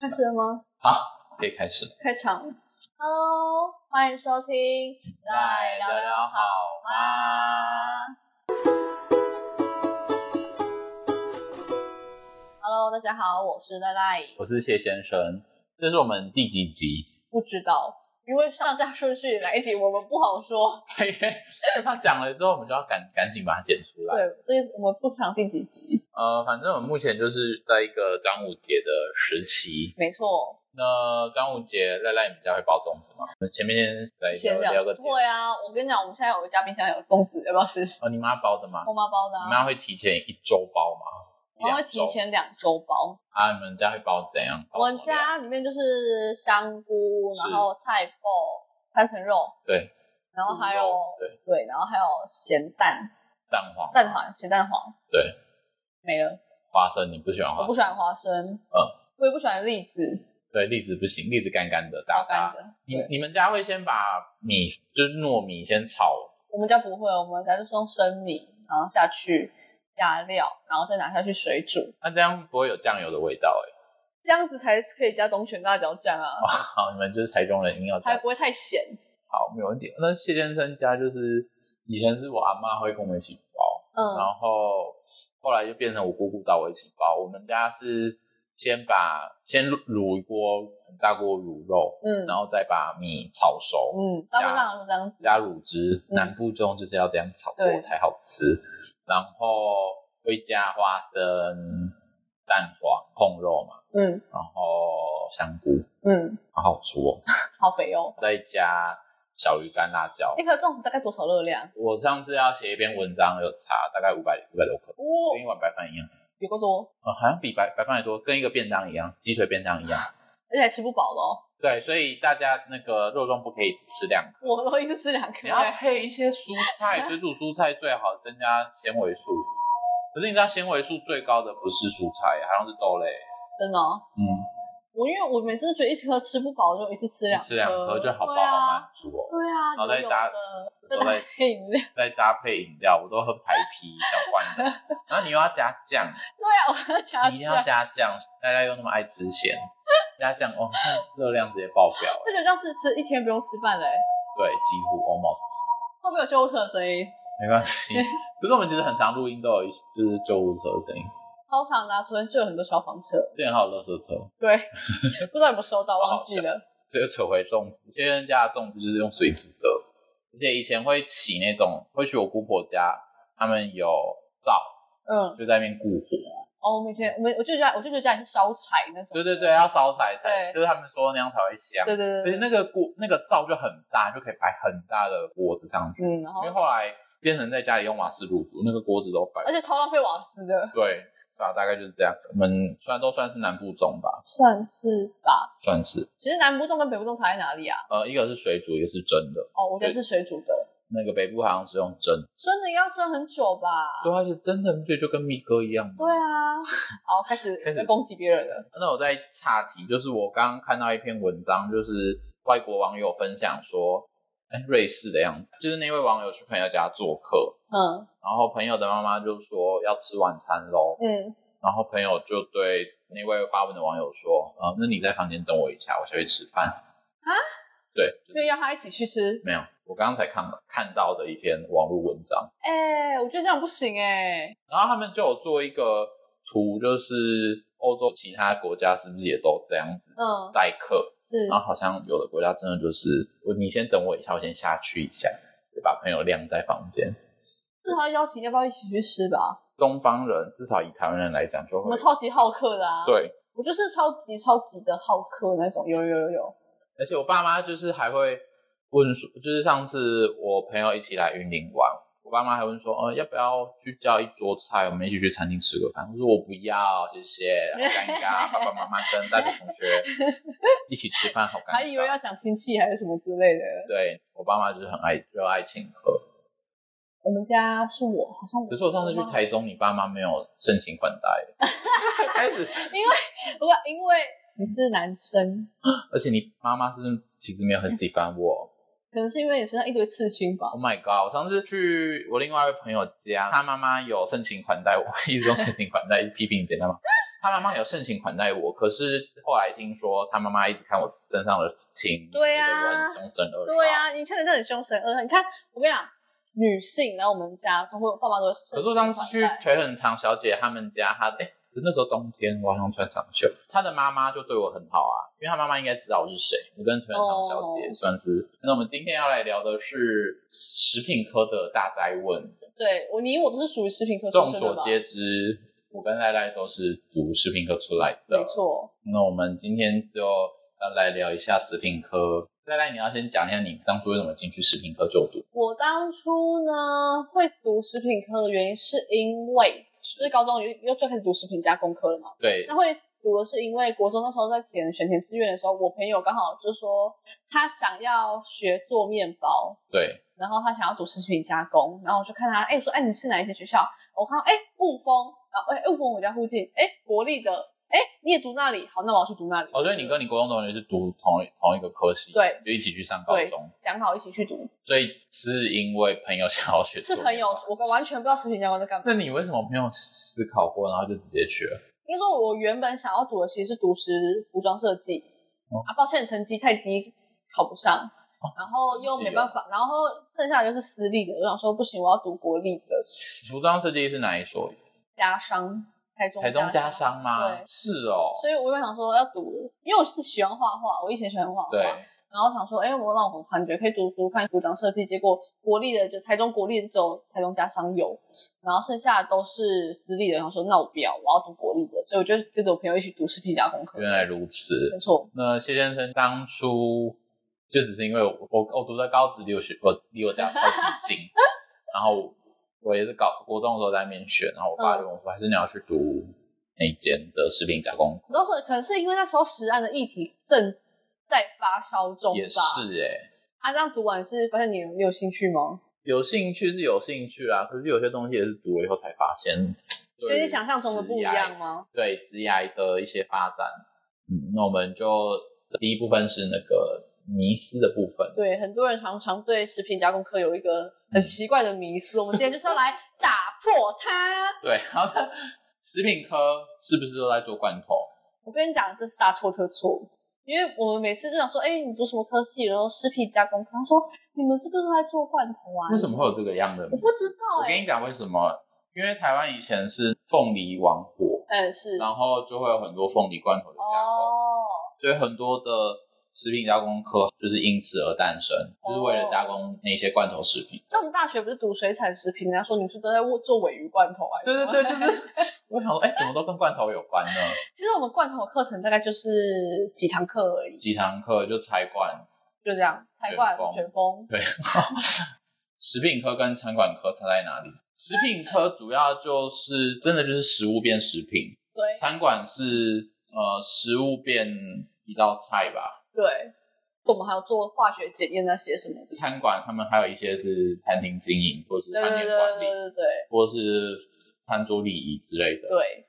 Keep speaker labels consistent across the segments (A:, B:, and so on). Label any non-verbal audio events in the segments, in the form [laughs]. A: 开始了吗？
B: 可以开始了。
A: 开场了。Hello，欢迎收听。来聊聊
B: 好吗？
A: Hello，大家好，我是赖赖。
B: 我是谢先生，这是我们第几集？ [laughs]
A: 不知道，因为上架顺序哪一集我们不好说。
B: 因为因为他讲了之后，我们就要赶赶紧把它剪出来。
A: 对，所以我们不想第几集。
B: 呃，反正我们目前就是在一个端午节的时期。
A: 没错，
B: 那端午节赖赖你们家会包粽子吗？我们前面来
A: 闲
B: 聊聊个
A: 对啊，我跟你讲，我们现在有个嘉宾想有粽子，要不要试试？
B: 哦，你妈包的吗？
A: 我妈包的、
B: 你
A: 啊，
B: 妈会提前一周包吗？
A: 我妈会
B: 一两
A: 提
B: 周
A: 前两周包。
B: 啊？你们家会包怎样？包
A: 我
B: 什
A: 们
B: 么
A: 家里面就是香菇，
B: 是
A: 然后菜脯、三层肉，
B: 对，
A: 然后还
B: 猪
A: 有
B: 肉对
A: 对，然后还有咸蛋、
B: 蛋黄吗
A: 蛋黄、咸蛋黄，
B: 对
A: 没了。
B: 花生，你不喜欢花
A: 我不喜欢花生，
B: 嗯，
A: 我也不喜欢栗子，
B: 对，栗子不行，栗子干干的，
A: 超
B: 打
A: 干
B: 打。
A: 的。
B: 你
A: 对
B: 你们家会先把米，就是糯米先炒，
A: 我们家不会，我们家就是用生米，然后下去加料，然后再拿下去水煮，
B: 那这样不会有酱油的味道哎。
A: 这样子才可以加东泉辣椒酱啊，
B: [laughs] 好，你们就是台中人，一定要
A: 才
B: 加。
A: 不会太咸。
B: 好，没问题。那谢先生家就是以前是我阿妈会跟我们一起包，
A: 嗯，
B: 然后后来就变成我姑姑找我一起包。我们家是先把先卤一锅很大锅卤肉，
A: 嗯
B: 然后再把米炒熟，
A: 嗯，大部分上都这样子。
B: 加卤汁。
A: 嗯
B: 南部中就是要这样炒过
A: 对
B: 才好吃，然后会加花生、蛋黄、控肉嘛，
A: 嗯
B: 然后香菇，
A: 嗯，
B: 好好吃哦，
A: 好肥哦。
B: 再加小鱼干辣椒
A: 一。颗粽子大概多少热量？
B: 我上次要写一篇文章，有查大概五百五百多克，
A: 哦
B: 跟一碗白饭一样，
A: 有够多，
B: 呃，好像比白白饭还多，跟一个便当一样，鸡腿便当一样。
A: 而且还吃不饱的哦。
B: 对，所以大家那个肉粽不可以只吃两个，
A: 我我一次吃两颗
B: 你要配一些蔬
A: [laughs]
B: 菜，水煮蔬菜最好增加纤维素。可是你知道纤维素最高的不是蔬菜，好像是豆类。
A: 真的哦。
B: 嗯，
A: 我因为我每次觉得一颗吃不饱，就一次吃两
B: 吃两颗就好饱，
A: 对
B: 好
A: 啊，
B: 满足哦。
A: 对啊，
B: 然后再
A: 有
B: 搭
A: 的
B: 然后再
A: [laughs] 配饮料。
B: 再搭配饮料，我都喝白啤小罐的，然后你又要加酱，
A: 对啊，我 [laughs] 要加
B: 你一定要
A: 酱，
B: 加酱，大家又那么爱吃咸，加酱哦，热量直接爆表，
A: 而且这样子吃一天不用吃饭嘞，
B: 对，几乎 almost [laughs]
A: 后面有救护车的声音，
B: 没关
A: [laughs]
B: 系。可是我们其实很常录音都有一就是救护车的声音，
A: 超长的啊，昨天就有很多消防车，
B: 之前还有垃圾车，
A: 对，
B: [laughs]
A: 不知道有没有收到，忘记了。
B: 这个扯回粽子，有些人家的粽子就是用水煮的，而且以前会起那种，会去我姑婆家，他们有灶，
A: 嗯，
B: 就在那边顾火，
A: 哦，我们以前我们我就家我就觉得家里是烧柴那种，
B: 对对对，，要烧柴
A: 对
B: 才，就是他们说那样才会香。
A: 对对
B: 而
A: 对
B: 且
A: 对，
B: 那个锅那个灶就很大，就可以摆很大的锅子上去。
A: 嗯，然后
B: 因为后来变成在家里用瓦斯炉煮，那个锅子都摆
A: 而。且超浪费瓦斯的，
B: 对，对啊，大概就是这样。我们虽然都算是南部粽吧，
A: 算是吧，
B: 算是，
A: 其实南部粽跟北部粽差在哪里啊？
B: 呃，一个是水煮，一个是蒸的。
A: 哦，我觉得是水煮的，
B: 那个北部好像是用蒸，
A: 真的要蒸很久吧？
B: 对啊，就蒸的就就跟蜜哥一样。
A: 对啊，好，开始
B: 开始
A: 在攻击别人了。
B: 那我再岔题，就是我刚刚看到一篇文章，就是外国网友分享说，哎，瑞士的样子，就是那位网友去朋友家做客，
A: 嗯
B: 然后朋友的妈妈就说要吃晚餐喽，
A: 嗯，
B: 然后朋友就对那位发文的网友说：“啊、那你在房间等我一下，我下去吃饭。”
A: 啊？
B: 对，
A: 所以要他一起去吃。
B: 没有，我刚刚才看看到的一篇网络文章，
A: 哎、我觉得这样不行哎、
B: 然后他们就有做一个图，就是欧洲其他国家是不是也都这样子
A: 嗯，
B: 待客？
A: 是
B: 然后好像有的国家真的就是我你先等我一下，我先下去一下，就把朋友晾在房间。
A: 至少邀请要不要一起去吃吧？
B: 东方人至少以台湾人来讲就
A: 我
B: 会
A: 们超级好客的啊。，
B: 对，
A: 我就是超级超级的好客那种。有有有有，
B: 而且我爸妈就是还会问说，就是上次我朋友一起来云林玩，我爸妈还问说，呃，要不要去叫一桌菜，我们一起去餐厅吃个饭？我说我不要，谢谢，好尴尬，爸爸妈妈跟大学同学一起吃饭好尴尬。
A: 还以为要讲亲戚还是什么之类的。
B: 对我爸妈就是很爱热爱请客，
A: 我们家是我，好像我
B: 可是我上次去台中，你爸妈没有盛情款待， [laughs] 开始，
A: 不，因为你是男生，
B: 而且你妈妈是其实没有很喜欢我。
A: 可能是因为你身上一堆刺青吧。
B: Oh my god！我上次去 [laughs] 我另外一位朋友家，他妈妈有盛情款待我，一直用盛情款待批评人家妈妈。他妈妈有盛情款待我，可是后来听说他妈妈一直看我身上的刺青，
A: 对
B: 觉得
A: 啊
B: 我很凶神恶煞。
A: 对呀、你看着就很凶神恶煞。你看，我跟你讲，女性来我们家都会，爸妈都会盛情款待。
B: 可是我上次去腿很长小姐他们家，她哎、那时候冬天，我好像穿长袖。她的妈妈就对我很好啊，因为她妈妈应该知道我是谁。我跟腿很长小姐算是。那我们今天要来聊的是食品科的大灾问，
A: 对我，你我都是属于食品科出
B: 众
A: 身的
B: 所
A: 吧？
B: 皆知，我跟赖赖都是读食品科出来的。
A: 没错，
B: 那我们今天就要来聊一下食品科。赖赖，你要先讲一下你当初为什么进去食品科就读？
A: 我当初呢会读食品科的原因是因为，就是高中又又最开始读食品加工科了嘛。
B: 对
A: 那会读的是因为国中那时候在填选填志愿的时候，我朋友刚好就说他想要学做面包，
B: 对，
A: 然后他想要读食品加工，然后我就看他，哎，我说，哎，你是哪一间学校？我看到，哎，雾峰，然后哎，雾峰我家附近，哎，国立的，哎，你也读那里，好，那我要去读那里。
B: 哦，所以你跟你国中同学是读同一同一个科系，
A: 对，
B: 就一起去上高
A: 对
B: 中，
A: 讲好一起去读，
B: 所以是因为朋友想要学，
A: 是朋友，。我完全不知道食品加工在干嘛。
B: 那你为什么没有思考过，然后就直接去了？
A: 因为说我原本想要读的其实是读食服装设计，
B: 哦
A: 啊，抱歉，成绩太低，考不上。然后又
B: 是
A: 没
B: 哦
A: 办法，然后剩下的就是私立的。我想说不行，我要读国立的
B: 服装设计是哪一所？
A: 家商，台中
B: 台中
A: 家
B: 家商吗
A: 对？，
B: 是哦，
A: 所以我就想说要读，因为我是喜欢画画，我以前喜欢画画，
B: 对，
A: 然后想说，哎，我让我感觉可以读读看服装设计，结果国立的就台中国立的只有台中家商有，然后剩下的都是私立的，然后说那我不要，我要读国立的，所以我就跟着我朋友一起读食品加工科，
B: 原来如此。
A: 没错，
B: 那谢先生当初就只是因为我我我读在高职离我学我离我家超
A: [laughs]
B: 级近，然后我也是搞国中的时候在那边选，然后我
A: 嗯
B: 爸就跟我说，还是你要去读那一间的食品加工，
A: 很多时候可能是因为那时候实案的议题正在发烧中
B: 也
A: 吧，
B: 是哎、
A: 他、这样读完是发现你有你有兴趣吗？
B: 有兴趣是有兴趣啦，可是有些东西也是读了以后才发现，
A: 跟你想象中的不一样吗？
B: 对职涯的一些发展。嗯，那我们就第一部分是那个迷思的部分。
A: 对，很多人常常对食品加工科有一个
B: 嗯
A: 很奇怪的迷思，我们今天就是要来打破它。
B: 对，然后呢，食品科是不是都在做罐头？
A: 我跟你讲，这是大错特错，因为我们每次就想说，哎，你读什么科系？然后食品加工科，他说你们是不是都在做罐头啊？
B: 为什么会有这个样的迷
A: 我
B: 思？
A: 不知道
B: 我
A: 哎、
B: 跟你讲为什么？因为台湾以前是凤梨王国，
A: 嗯，是
B: 然后就会有很多凤梨罐头的加工。
A: 哦，
B: 所以很多的食品加工科就是因此而诞生，
A: 哦
B: 就是为了加工那些罐头食品。
A: 像我们大学不是读水产食品，人家说你们是都在做尾鱼罐头啊？
B: 对对对，就
A: 什么
B: 是 [laughs] 我想说，哎、怎么都跟罐头有关呢？
A: [laughs] 其实我们罐头课程大概就是几堂课而已，
B: 几堂课就拆罐，
A: 就这样，台罐
B: 卷风
A: 卷风。
B: 对。 [laughs] 食品科跟餐馆科差在哪里？食品科主要就是真的就是食物变食品，
A: 对
B: 餐馆是呃食物变一道菜吧。
A: 对，我们还有做化学检验那些什么的。
B: 餐馆他们还有一些是餐厅经营或是
A: 对
B: 饭
A: 对
B: 店
A: 对
B: 管理，
A: 对对对
B: 或是餐桌礼仪之类的。
A: 对。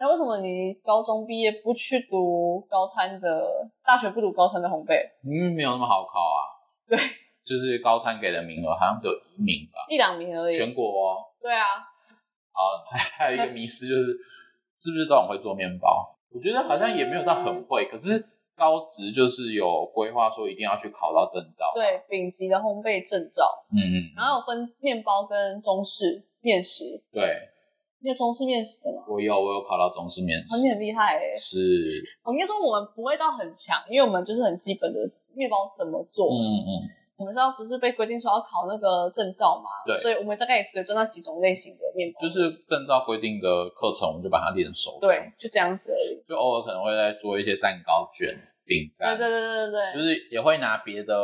A: 那为什么你高中毕业不去读高餐的，大学不读高餐的烘焙？
B: 嗯，没有那么好考啊。
A: 对，
B: 就是高餐给的名额好像只有一名吧，
A: 一两名而已。
B: 全国哦。
A: 对啊，
B: [laughs] 还有一个迷思就是，是不是都很会做面包？我觉得好像也没有到很会，可是高职就是有规划说一定要去考到证照。，
A: 对，丙级的烘焙证照，
B: 嗯
A: 然
B: 嗯，
A: 后有分面包跟中式面食，
B: 对，
A: 你有中式面食的吗？
B: 我有我有考到中式面
A: 啊，你很厉害哎、
B: 是，
A: 我应该说我们不会到很强，因为我们就是很基本的面包怎么做。
B: 嗯嗯，
A: 我们知道不是被规定说要考那个证照嘛，
B: 对
A: 所以我们大概也只有做到几种类型的面包，
B: 就是证照规定的课程，我们就把它练熟。
A: 对，，就这样子而已。
B: 就偶尔可能会再做一些蛋糕卷、饼
A: 对
B: 干，
A: 对对对对，
B: 就是也会拿别的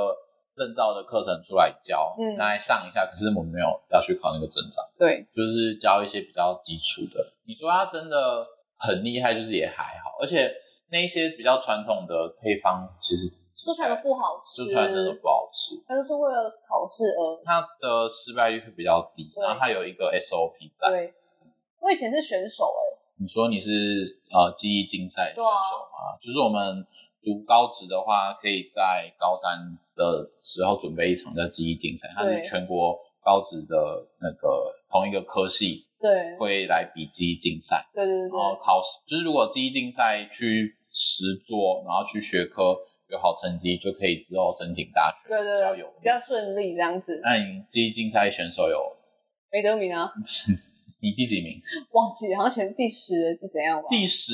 B: 证照的课程出来教，
A: 嗯
B: 拿来上一下。可是我们没有要去考那个证照，
A: 对，
B: 就是教一些比较基础的。你说他真的很厉害，就是也还好，而且那一些比较传统的配方，其实
A: 做出来的不好吃，
B: 吃出来真的不好吃，
A: 它就是为了考试而
B: 它的失败率会比较低。
A: 对
B: 然后它有一个 SOP 在。
A: 对。我以前是选手哎、
B: 你说你是呃记忆竞赛选手
A: 对啊
B: 吗？就是我们读高职的话，可以在高三的时候准备一场叫记忆竞赛，它
A: 对
B: 是全国高职的那个同一个科系
A: 对
B: 会来比记忆竞赛。
A: 对对对
B: 然后
A: 对，
B: 哦考试，就是如果记忆竞赛去实做，然后去学科有好成绩，就可以之后申请大学，
A: 对对
B: 比较
A: 对，
B: 有
A: 比较顺利这样子，
B: 那你记忆竞赛选手有
A: 没得名啊，
B: 你第几名？
A: 忘记好像前第十是怎样吧？
B: 第十，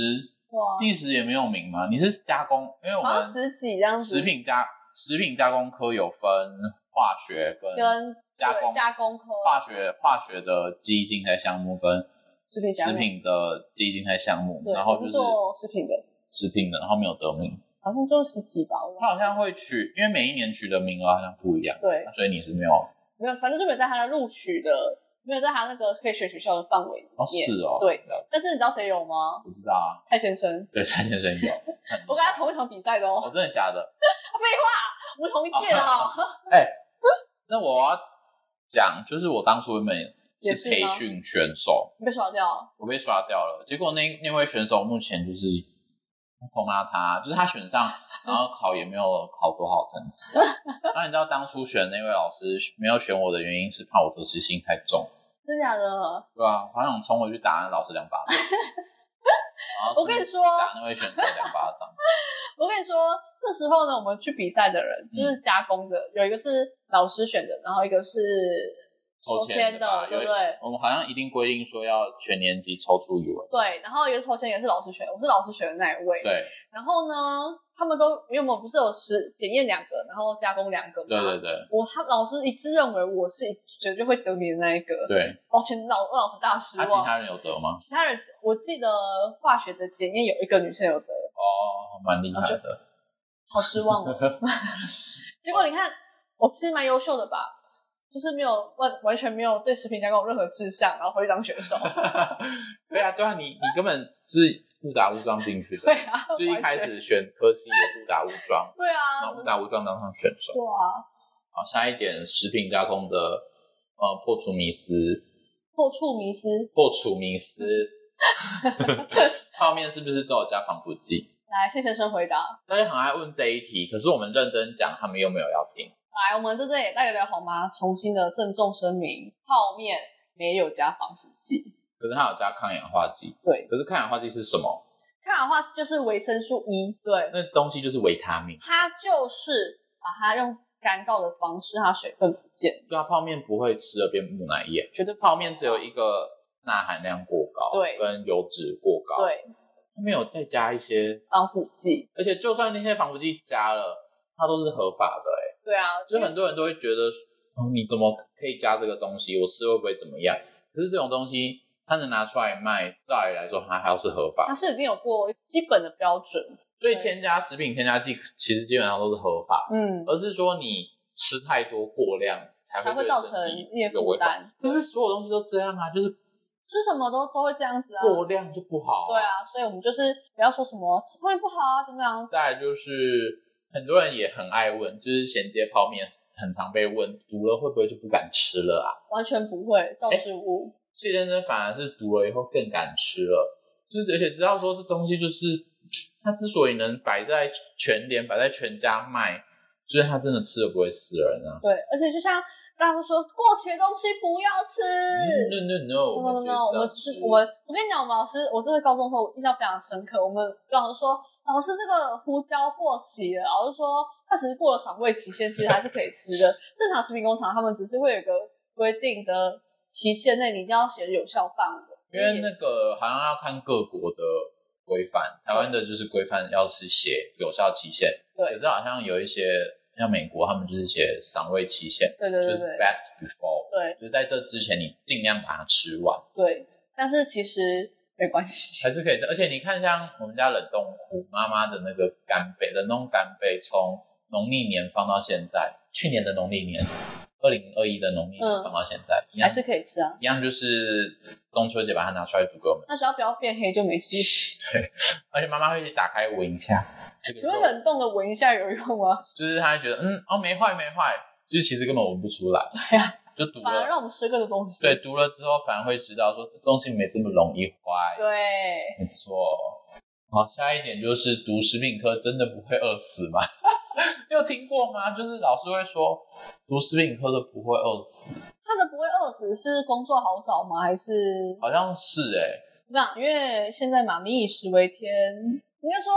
A: 哇，
B: 第十也没有名吗？你是加工，因为我
A: 好像
B: 们
A: 十几这样子，
B: 食品加食品加工科有分化学跟
A: 跟
B: 加工啊
A: 对加工科
B: 化学化学的记忆竞赛项目跟
A: 食品加
B: 食
A: 工
B: 品的记忆竞赛项目，
A: 对，
B: 然后
A: 我
B: 就是
A: 做食品的，
B: 食品的，然后没有得名。
A: 好像就十几吧，我
B: 他好像会取，因为每一年取的名额好像不一样，
A: 对
B: 所以你是没有
A: 没有，反正就没有在他的录取的，没有在他那个可以选学校的范围里面。
B: 哦，是哦，
A: 对
B: 了，
A: 但是你知道谁有吗？
B: 我知道啊，
A: 蔡先生，
B: 对，蔡先生有，
A: 我跟他同一场比赛的
B: 我
A: 哦，
B: 真的假的？
A: 我们同一届的哦。
B: 哎，那我要讲，就是我当初原本
A: 也
B: 是
A: 是
B: 培
A: 吗
B: 训选手，
A: 你被刷掉了，
B: 我被刷掉了，结果那那位选手目前就是痛骂他，就是他选上，然后考也没有考多好成绩。
A: [laughs]
B: 那你知道当初选那位老师没有选我的原因是怕我得失心太重。
A: 真假的？
B: 对啊，我好想冲回去打那老师两巴掌。然后
A: 我跟你说
B: 打那位选手两巴掌。
A: 我跟你说，那时候呢，我们去比赛的人
B: 嗯
A: 就是加工的，有一个是老师选的，然后一个是
B: 抽
A: 抽
B: 签
A: 签
B: 的吧
A: 的，对不对？
B: 我们好像一定规定说要全年级抽出一位。
A: 对，然后一个抽签，一个是老师选的，我是老师选的那一位。
B: 对
A: 然后呢，他们都因为我们不是有实检验两个，然后加工两个嘛。
B: 对对对
A: 我他老师一致认为我是绝对会得名的那一个，
B: 对，
A: 抱歉，老老师大失
B: 那、
A: 望。
B: 其他人有得吗？
A: 其他人，我记得化学的检验有一个女生有得，
B: 哦，蛮厉害的。
A: 好失望哦。 [laughs] 结果你看，我其实蛮优秀的吧，就是没有完完全没有对食品加工有任何志向，然后回去当选手。 [laughs]
B: 对啊对啊，你你根本是误打误撞进去的。
A: 对啊，
B: 就一
A: 完
B: 开
A: 全
B: 始选科系也误打误撞，
A: 对
B: 然
A: 啊，
B: 后误打误撞当上选手。
A: 哇，
B: 好，下一点，食品加工的呃破除迷思，
A: 破处迷失。
B: 破除
A: [laughs]
B: 迷思，泡面是不是都有加防腐剂？
A: 来，谢先生回答。
B: 大家很爱问这一题，可是我们认真讲，他们又没有要听。
A: 来，我们在这里大家聊好吗？重新的郑重声明，泡面没有加防腐剂。
B: 可是它有加抗氧化剂，
A: 对，
B: 可是抗氧化剂是什么？
A: 看的话就是维生素 E，对，
B: 那东西就是维他命。
A: 它就是把它用干燥的方式，它水分不见，
B: 对啊，泡面不会吃了变木乃伊，
A: 绝对不
B: 泡面只有一个钠含量过高，
A: 对
B: 跟油脂过高，，
A: 对
B: 没有再加一些
A: 防腐剂。
B: 而且就算那些防腐剂加了，它都是合法的、欸，
A: 对啊，
B: 所以很多人都会觉得，哦，你怎么可以加这个东西？我吃会不会怎么样？可是这种东西，它能拿出来卖，照理来说它还要是合
A: 它
B: 法，
A: 是已经有过基本的标准。
B: 所以添加食品添加剂其实基本上都是合法，
A: 嗯，
B: 而是说你吃太多过量才
A: 才
B: 会
A: 会
B: 对
A: 造
B: 身
A: 成
B: 体
A: 一些
B: 有
A: 负
B: 危害。
A: 担。
B: 可是所有东西都这样啊，就是
A: 吃什么都都会这样子啊。
B: 过量就不好、
A: 对。啊，所以我们就是不要说什么吃泡面不好啊，怎么样？
B: 再来就是很多人也很爱问，就是衔接泡面很常被问，毒了会不会就不敢吃了啊？
A: 完全不会造
B: 哎
A: 食物。
B: 谢先生反而是读了以后更敢吃了，就是而且知道说这东西就是它之所以能摆在全联、摆在全家卖，就是它真的吃了不会死人啊。
A: 对，而且就像大家都说过期的东西不要吃。
B: No
A: no
B: no no，
A: no no，no，我们吃
B: 是
A: 我们我跟你讲，我们老师，我真的高中的时候印象非常深刻。我们老师说，老师这个胡椒过期了，老师说它其实过了赏味期限，其实还是可以吃的。正常食品工厂他们只是会有一个规定的期限内，你一定要写有效范围。
B: 因为那个好像要看各国的规范，台湾的就是规范要是写有效期限，
A: 对
B: 可是好像有一些像美国他们就是写赏味期限，
A: 对对
B: 就
A: 对
B: 是
A: 对
B: best before，
A: 对
B: 就是在这之前你尽量把它吃完。
A: 对，但是其实没关系。
B: [laughs] 还是可以吃。而且你看，像我们家冷冻库妈妈的那个干贝，冷冻干贝从农历年放到现在，去年的农历年，二零二一的农历年
A: 嗯
B: 放到现在，一样
A: 还是可以吃啊，
B: 一样，就是中秋节把它拿出来煮给我们。
A: 那只要不要变黑就没事。
B: 而且妈妈会打开闻一下，这个
A: 请问
B: 肉
A: 冷冻的闻一下有用吗？
B: 就是她会觉得嗯哦没坏没坏，就是其实根本闻不出来，
A: 对啊，
B: 就毒
A: 反而
B: 了。
A: 让我们吃更多东西。
B: 对，毒了之后反而会知道说这东西没这么容易坏。
A: 对，
B: 没错。好，下一点就是读食品科真的不会饿死吗？ [laughs] 你有听过吗？就是老师会说读食品科的不会饿死，
A: 他看着不会饿死，是工作好找吗？还是
B: 好像是哎、
A: 这样？因为现在嘛，民以食为天，应该说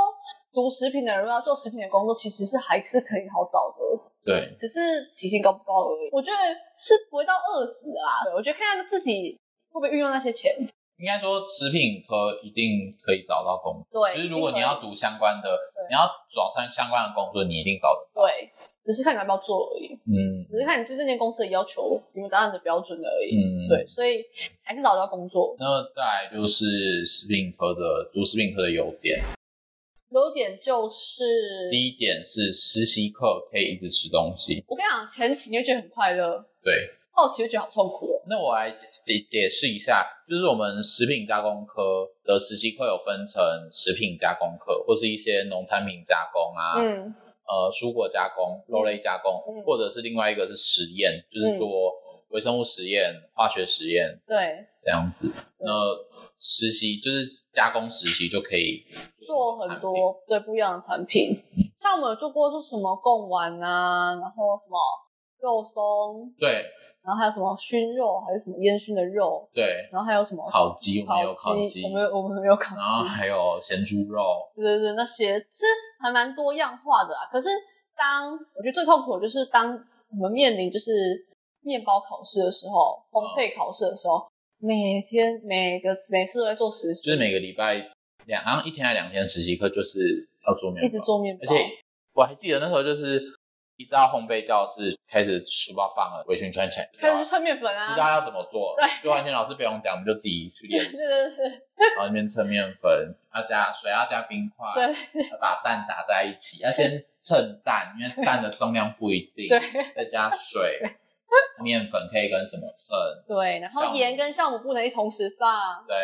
A: 读食品的人如果要做食品的工作，其实是还是可以好找的。
B: 对，
A: 只是起薪高不高而已。我觉得是不会到饿死啊，对我觉得看看自己会不会运用那些钱。
B: 应该说食品科一定可以找到工作，
A: 对，
B: 就是如果
A: 一定
B: 你
A: 可以
B: 要读相关的
A: 对，
B: 你要找相相关的工作，你一定找得到。
A: 对，只是看你要不要做而已，
B: 嗯
A: 只是看你对这间公司的要求有没有达到你的标准而已。
B: 嗯，
A: 对，。所以还是找到工作。
B: 那再来就是食品科的读食品科的优点，
A: 优点就是，
B: 第一点是实习课可以一直吃东西。
A: 我跟你讲，前期你会觉得很快乐，
B: 对，
A: 后期就觉得好痛苦哦。
B: 那我来解解释一下，就是我们食品加工科的实习课有分成食品加工课，或是一些农产品加工啊，
A: 嗯，
B: 呃，蔬果加工、肉类加工，
A: 嗯
B: 或者是另外一个是实验，就是做微生物实验、化学实验
A: 对，
B: 这样子。
A: 嗯
B: 那实习就是加工实习就可以
A: 做很
B: 产品，
A: 多对不一样的产品，像我们有做过就什么贡丸啊，然后什么肉松，
B: 对
A: 然后还有什么熏肉，还有什么烟熏的肉，
B: 对，
A: 然后还有什么
B: 烤鸡我们有烤
A: 鸡，
B: 鸡
A: 我，们有我们有烤
B: 然后
A: 鸡，
B: 还有咸猪肉，
A: 对对对，那些是还蛮多样化的啊。可是当我觉得最痛苦的就是当我们面临就是面包考试的时候，烘
B: 嗯
A: 焙考试的时候，每天每个每次都在做实习，
B: 就是每个礼拜两，好像一天还两天实习课，就是要做面包，
A: 一直做面包
B: 而，且我还记得那时候就是一到烘焙教室，开始书包放了，围裙穿起来，
A: 开始去蹭面粉啊， [laughs]
B: 知道要怎么做，
A: 对
B: 就完全老师不用讲，我们就自己去
A: 对 [laughs]
B: 练，
A: 对对
B: 然后那边称面粉，要加水，要加冰块，
A: 对
B: 要把蛋打在一起，要先称蛋，因为蛋的重量不一定，
A: 对
B: [laughs] 再加水，面粉可以跟什么称，
A: 对，然后盐跟酵母不能一同时放，
B: 对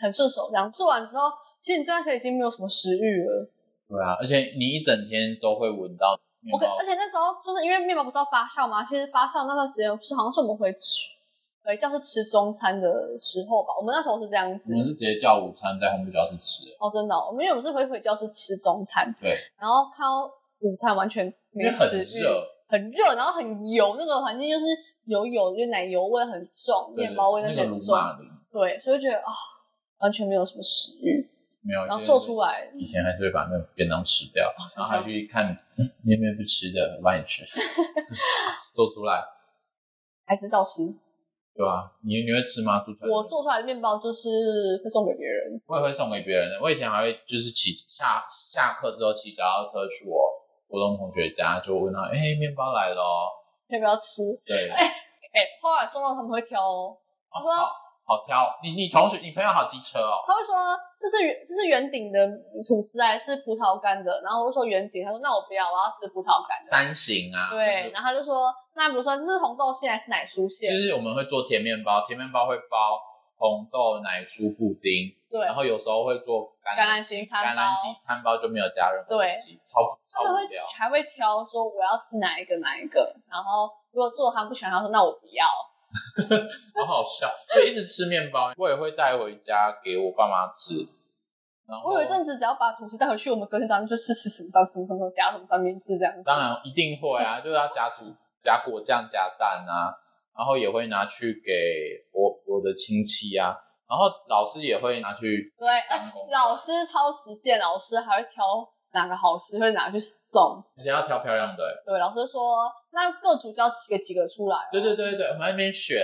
A: 很顺手。这样做完之后，其实你这段时间已经没有什么食欲了。
B: 对啊，而且你一整天都会闻到面
A: 我跟
B: 包
A: 而且那时候就是因为面包不是要发酵嘛，其实发酵那段时间是好像是我们回吃回教室吃中餐的时候吧，我们那时候是这样子
B: 我。们是直接叫午餐在烘焙教室吃，
A: 哦，真的哦、我们因为我们是回回教室吃中餐，
B: 对，
A: 然后看到午餐完全
B: 因
A: 没
B: 为很
A: 食欲，
B: 热，
A: 很热，然后很油，那个环境就是油油，就是奶油味很重，
B: 对
A: 面包味
B: 那
A: 些
B: 个
A: 很
B: 鲁
A: 重，
B: 马林
A: 对，所以就觉得啊、完全没有什么食欲，
B: 没有，
A: 然后
B: 就是
A: 做出来，哦
B: 以前还是会把那个便当吃掉，然后还去看嗯你有没有不吃的，我帮
A: [laughs]
B: 你吃，做出来，
A: 还是照吃。
B: 对吧、你你会吃吗？做出来
A: 我做出来的面包就是会送给别人，
B: 我也会送给别人的。我以前还会就是骑下下课之后骑脚踏车去我国中同学家，就问他，哎、面包来了哦，
A: 要不要吃？
B: 对，
A: 哎哎、后来送到他们会挑哦，
B: 哦
A: 我说
B: 好好挑，你你同学你朋友好机车哦，
A: 他会说这是圆这是圆顶的吐司还是葡萄干的？然后我就说圆顶，他说那我不要，我要吃葡萄干的。
B: 三型啊，
A: 对，，然后他就说那比如说这是红豆馅还是奶酥
B: 就
A: 馅？
B: 是我们会做甜面包，甜面包会包红豆奶酥布丁，
A: 对
B: 然，后有时候会做橄
A: 橄榄型餐
B: 橄
A: 包
B: 榄，型餐包就没有加任何
A: 对
B: 东西，超
A: 他
B: 超
A: 们
B: 无
A: 会
B: 聊。
A: 还会挑说我要吃哪一个哪一个，然后如果做他不喜欢，他说那我不要。
B: 好好笑，就一直吃面包，我也会带回家给我爸妈吃。然后
A: 我有一阵子只要把吐司带回去，我们隔天早上就去吃什么什么什么加什么三明治这样子。
B: 当然一定会啊，就是要加煮加果酱加蛋啊，然后也会拿去给我我的亲戚啊，然后老师也会拿去
A: 对，哎
B: 当工作
A: 老师超直接，老师还会挑哪个好吃会拿去送。
B: 而且要挑漂亮的、欸
A: 对，老师说那各组交几个几个出来、哦。
B: 对对对对，我们在那边选，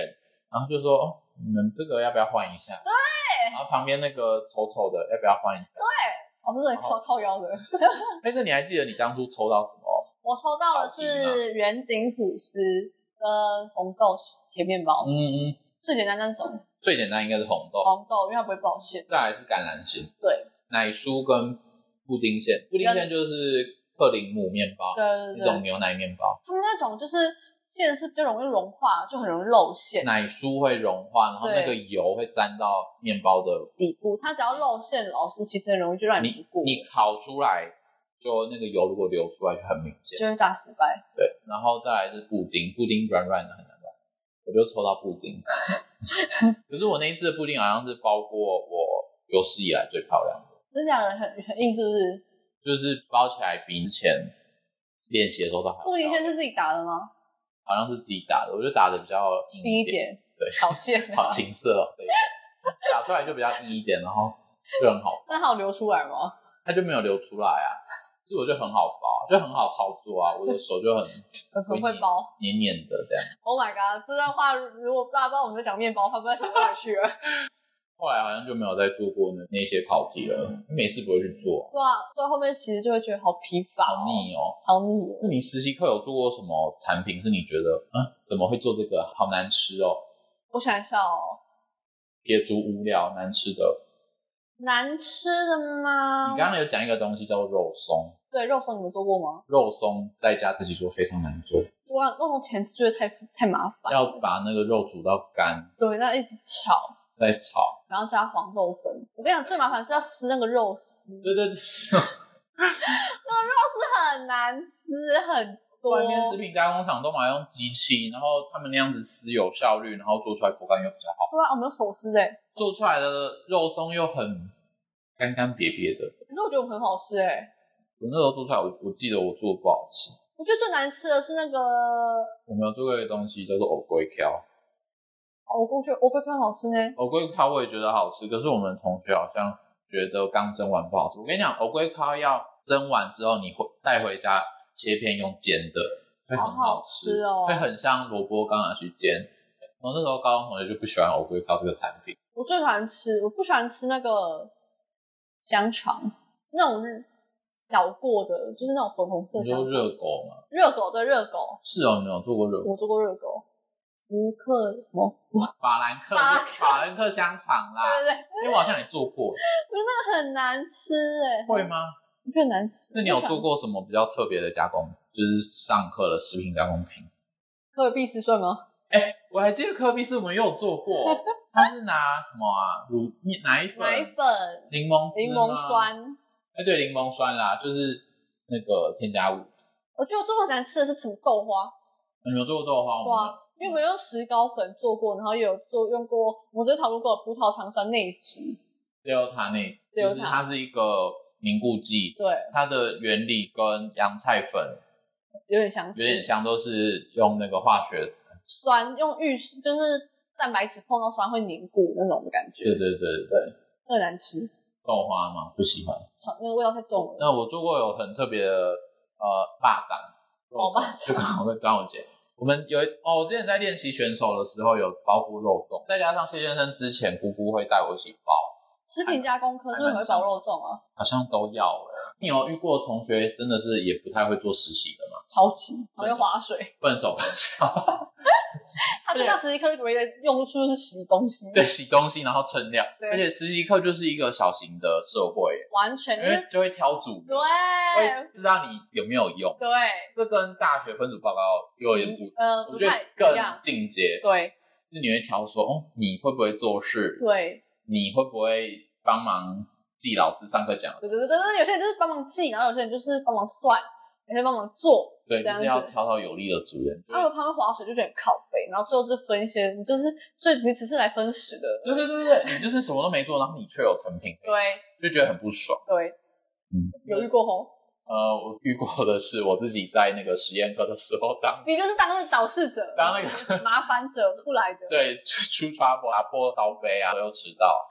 B: 然后就说哦，你们这个要不要换一下？对，然后旁边那个丑丑的要不要换一下？
A: 哦，我真的超靠腰的。
B: 但哎是你还记得你当初抽到什么？
A: 我抽到的
B: 好啊
A: 是圆顶吐司跟红豆甜面包，
B: 嗯嗯，
A: 最简单那种
B: 最简单应该是红豆，
A: 红豆，因为它不会爆馅。
B: 再来是橄榄馅，
A: 对，
B: 奶酥跟布丁馅，布丁馅就是克林姆面包，
A: 对对
B: 一
A: 对，
B: 种牛奶面包，
A: 他们那种就是馅是比较容易融化，就很容易漏馅。
B: 奶酥会融化，然后
A: 对
B: 那个油会沾到面包的，
A: 底部它只要漏馅，老师其实很容易就让
B: 你
A: 不过，
B: 你烤出来就那个油如果流出来就很明显，
A: 就会炸失败。
B: 对，然后再来是布丁，布丁软软的很难软，我就抽到布丁， [laughs] 可是我那一次的布丁好像是包过我有史以来最漂亮的。
A: 真假的很很硬，是不是？
B: 就是包起来比以前练习的时候都还要
A: 布丁
B: 漂
A: 馅
B: 亮
A: 是自己打的吗？
B: 好像是自己打的，我就打的比较硬
A: 硬一
B: 点，
A: 点，
B: 对，
A: 好贱啊
B: 好！情色哦，对，打出来就比较硬一点，然后就很好，
A: 那它有流出来吗？
B: 它就没有流出来啊，所以我就很好包，啊就很好操作啊，我的手就很
A: 很很会包。
B: 黏黏的这样。
A: Oh my god！这段话如果大家不知道我们在讲面包，他不知道想到哪里去了。
B: 后来好像就没有再做过那那些考题了，没事不会去做，
A: 对啊，做到后面其实就会觉得好疲乏、
B: 好，腻哦。
A: 超腻的。
B: 那你实习课有做过什么产品是你觉得啊怎么会做这个好难吃哦？
A: 我想一下哦，
B: 撇除无聊难吃的，
A: 难吃的吗
B: 你？刚刚有讲一个东西叫做肉松，
A: 对，肉松你们做过吗？
B: 肉松在家自己做非常难做，
A: 哇，肉松前置就是太太麻烦，
B: 要把那个肉煮到干
A: 对，那一直炒，
B: 再炒。
A: 然后加黄豆粉。我跟你讲，最麻烦是要撕那个肉丝，
B: 对对对，
A: 这很难撕很多。
B: 外面食品加工厂都嘛用机器，然后他们那样子撕有效率，然后做出来口感又比较好，
A: 对啊，我们有手撕哎，
B: 做出来的肉松又很干干瘪瘪的。
A: 可是我觉得我们很好吃哎。
B: 我那时候做出来，我我记得我做的不好吃。
A: 我觉得最难吃的是那个，
B: 我们有做过一个东西叫做藕龟条，
A: 哦，我觉得我觉得很好吃欸呢。
B: 藕龟条我也觉得好吃，可是我们同学好像觉得刚蒸完不好吃。我跟你讲，藕龟条要蒸完之后，你回带回家切片用煎的，会很吃
A: 好好吃哦
B: 会很像萝卜刚拿去煎。我那时候高中同学就不喜欢藕龟条这个产品，
A: 我最喜欢吃，我不喜欢吃那个香肠，是那种日绞过的，就是那种粉红色
B: 你说
A: 香
B: 热狗吗？
A: 热狗对热狗，
B: 是哦，你们有做过热狗？
A: 我做过热狗，福克什么？
B: 法兰克
A: 法兰
B: 法兰克香肠啦，
A: 对对对，
B: 因为我好像也做过，
A: 那很难吃哎、
B: 会？吗？
A: 我觉得很难吃。
B: 那你有做过什么比较特别的加工？就是上课的食品加工品？
A: 科尔必斯算吗？
B: 哎、我还记得科比是我们有做
A: [laughs]
B: 过，他是拿什么啊？乳面奶粉、
A: 奶粉、
B: 柠檬、
A: 柠檬。酸。
B: 哎、对，柠檬酸啦，就是那个添加物。
A: 我觉得我做过很难吃的是煮豆花，
B: 你们有做过豆花吗？
A: 哇，因为我用石膏粉做过，然后也有做用过，我们之前讨论过的葡萄糖酸内酯，
B: 对，它那就
A: Delta
B: 是它是一个凝固剂，
A: 对，
B: 它的原理跟洋菜粉
A: 有点相似，
B: 有点像，都是用那个化学。
A: 酸，用玉石就是蛋白质碰到酸会凝固那种的感觉，
B: 对对对对，
A: 那很难吃，
B: 豆花嘛，不喜欢。
A: 那个味道太重了。
B: 那我做过有很特别的呃霸掌，
A: 哦霸掌
B: 就刚好跟端午节，我们有一哦，我之前在练习选手的时候有包过肉粽，再加上谢先生之前姑姑会带我一起包，
A: 食品加工科是不是很会保肉粽啊？
B: 好像都要了。你有遇过同学真的是也不太会做实习的吗？
A: 超级，然后又划水，
B: 笨手笨脚，
A: 它就像实习科唯一的用处就是洗东西，
B: 对，洗东西然后称量，
A: 对
B: 而且实习课就是一个小型的社会，
A: 完全
B: 因
A: 就
B: 为
A: 是
B: 就会挑组员，
A: 对
B: 会知道你有没有用。
A: 对，
B: 这跟大学分组报告有点不，
A: 呃，
B: 我
A: 不
B: 觉得
A: 太一
B: 更
A: 样，
B: 进阶。
A: 对
B: 就是你会挑说，哦，你会不会做事？
A: 对
B: 你会不会帮忙记老师上课讲的？
A: 对对对对，有些人就是帮忙记，然后有些人就是帮忙算，有些人帮忙做，
B: 对，
A: 这
B: 就
A: 样
B: 是
A: 子哦
B: 要挑到有利的主人。
A: 然后他们划水就有点靠背，然后最后就是分一些，你就是最你只是来分食的，
B: 对对对对，你就是什么都没做，然后你却有成品，
A: 对
B: 就觉得很不爽。
A: 对，
B: 嗯，
A: 有遇过吼，
B: 呃，我遇过的是我自己在那个实验课的时候当
A: 你就是当导视者，
B: 当那个
A: 麻烦者不来的，，
B: 对出出 trouble 啊，破烧杯啊，又迟到。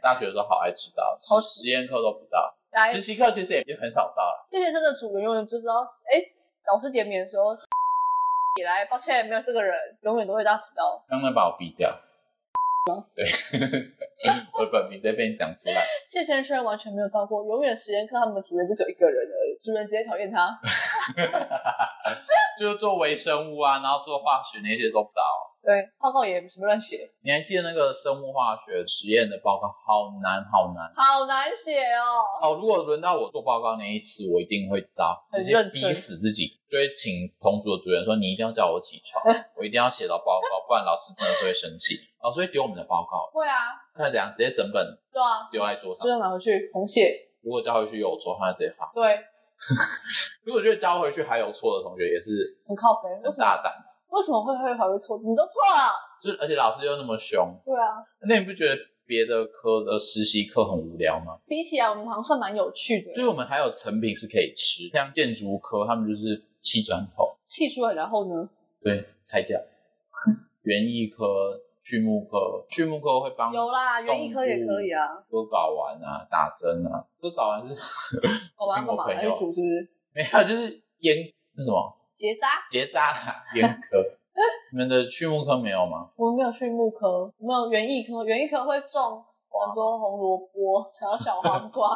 B: 大学的时候好爱迟到，
A: 好哎
B: 实实验课都不到，
A: 来
B: 实习课其实也也很少到。
A: 谢先生的主人永远就知道，哎，老师点名的时候，你来，抱歉，没有这个人，永远都会到迟到。
B: 刚刚把我逼掉。
A: 哦
B: 对， [laughs] 我的本名直接被你讲出来。
A: 谢先生完全没有到过，永远实验课他们的主人就只有一个人而已，主人直接讨厌他。
B: 就是做微生物啊，然后做化学那些都不到。
A: 对，报告也什么乱写，
B: 你还记得那个生物化学实验的报告，好难好难
A: 好难写哦。
B: 哦！如果轮到我做报告那一次，我一定会到，
A: 很
B: 直接
A: 认
B: 逼
A: 真
B: 死自己，就会请同组的主任说：“你一定要叫我起
A: [laughs]
B: 床，我一定要写到报告，不然老师真的是会生气。”老师会丢我们的报告，
A: 会啊，
B: 他怎样直接整本
A: 对啊，
B: 丢在桌
A: 就
B: 上。
A: 是拿回去重写。
B: 如果交回去有错，他就直接发。
A: 对，
B: 如果觉得交回去还有错的同学，也是
A: 很靠北。为
B: 很
A: 什么？
B: 大胆，
A: 为什么会会还会错？你都错了。
B: 就是而且老师又那么凶，
A: 对啊，
B: 那你不觉得别的科的实习课很无聊吗？
A: 比起来我们好像算蛮有趣
B: 所
A: 的。
B: 以我们还有成品是可以吃，像建筑科他们就是砌砖头，
A: 气出来然后呢？
B: 对，拆掉。园艺科、畜牧科，畜牧科会帮
A: 有啦，园艺科也可以啊。
B: 割睾丸啊、打针啊，割睾丸是 [laughs]
A: 睾丸干
B: 我
A: 啊嘛？
B: 朋
A: 来
B: 友
A: 煮是不是？
B: 没有，就是阉那什么
A: 结扎？
B: 结扎啦，阉
A: [laughs]
B: 科。你们的畜牧科没有吗？
A: 我们没有畜牧科，没有园艺科，园艺科会种很多红萝卜，还有小黄
B: [laughs]
A: 瓜。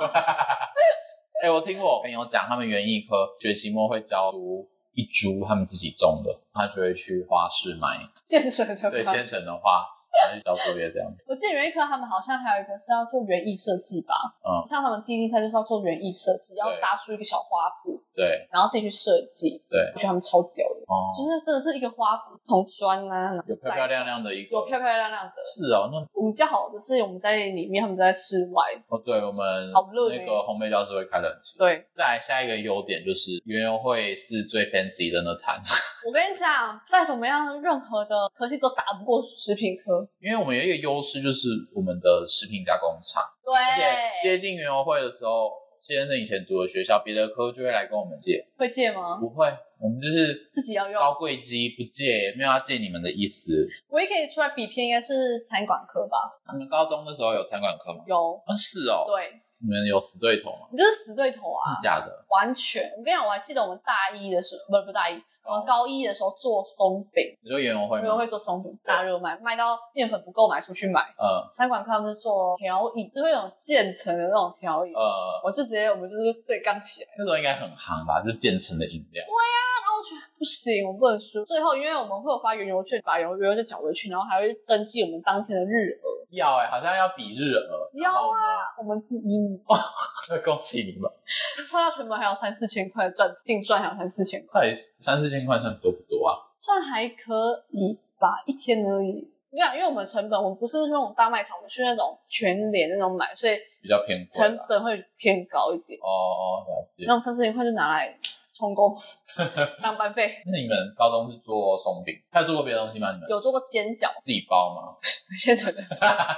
B: 哎、我听我朋友讲，他们园艺科学期末会教读一株他们自己种的，他就会去花市
A: [laughs]
B: 买，
A: 健身的
B: 对
A: 吧？
B: 先生的花，然后去交作业这样。
A: 我记得园艺科他们好像还有一个是要做园艺设计吧？
B: 嗯
A: 像他们记忆赛就是要做园艺设计，要
B: 对
A: 搭出一个小花圃，
B: 对
A: 然后自己去设计。
B: 对
A: 我，觉得他们超屌的，
B: 哦，
A: 就是真的是一个花圃，从砖啊，然后
B: 有漂漂亮亮的一个，
A: 有漂漂亮亮的。
B: 是哦，那
A: 我们比较好的是我们在里面，他们在室外。
B: 哦，对我们
A: 好热
B: 那
A: 呢
B: 个烘焙教室会开冷气。
A: 对，
B: 再来下一个优点就是园游会是最 fancy 的那摊，
A: 我跟你讲，再怎么样，任何的科技都打不过食品科。
B: 因为我们有一个优势就是我们的食品加工厂，而且
A: 对，
B: 接近园游会的时候，先生以前读的学校别的科就会来跟我们借，
A: 会借吗？
B: 不会，我们就是
A: 自己要用
B: 高贵鸡不借，没有要借你们的意思。
A: 唯一可以出来比拼应该是餐馆科吧？
B: 你们高中的时候有餐馆课吗？
A: 有，
B: 啊，是哦，
A: 对，
B: 你们有死对头吗？
A: 我们就是死对头啊，
B: 是假的，
A: 完全。我跟你讲，我还记得我们大一的时候，不是不是大一，我们高一的时候做松饼，
B: 你说园游会
A: 因为
B: 吗？
A: 会做松饼大热卖，卖到面粉不够买出去买。
B: 呃
A: 餐馆科他们是做调饮，就会有渐层的那种调饮。
B: 呃，
A: 我就直接我们就是对杠起来。
B: 那时候应该很夯吧，就建成的饮料。
A: 不行，我不能输。最后，因为我们会有发原油券，把原油券缴回去，然后还会登记我们当天的日额。
B: 要哎、好像要比日额。
A: 要
B: 啊，
A: 我们第一名，
B: [laughs] 恭喜你们！
A: 扣到全本还有三四千块赚，净赚还有三四千块，
B: 到底三四千块算多不多啊？
A: 算还可以吧，一天而已。因为因为我们成本，我们不是那种大卖场，我们去那种全联那种买，所以
B: 比较偏贵
A: 成
B: 啦。
A: 本会偏高一点。
B: 哦，了解
A: 那。我们三四千块就拿来充公 [laughs] 当班费。
B: 那你们高中是做松饼，还有做过别的东西吗？你们
A: 有做过煎饺，
B: 自己包吗？ [laughs]
A: 现成的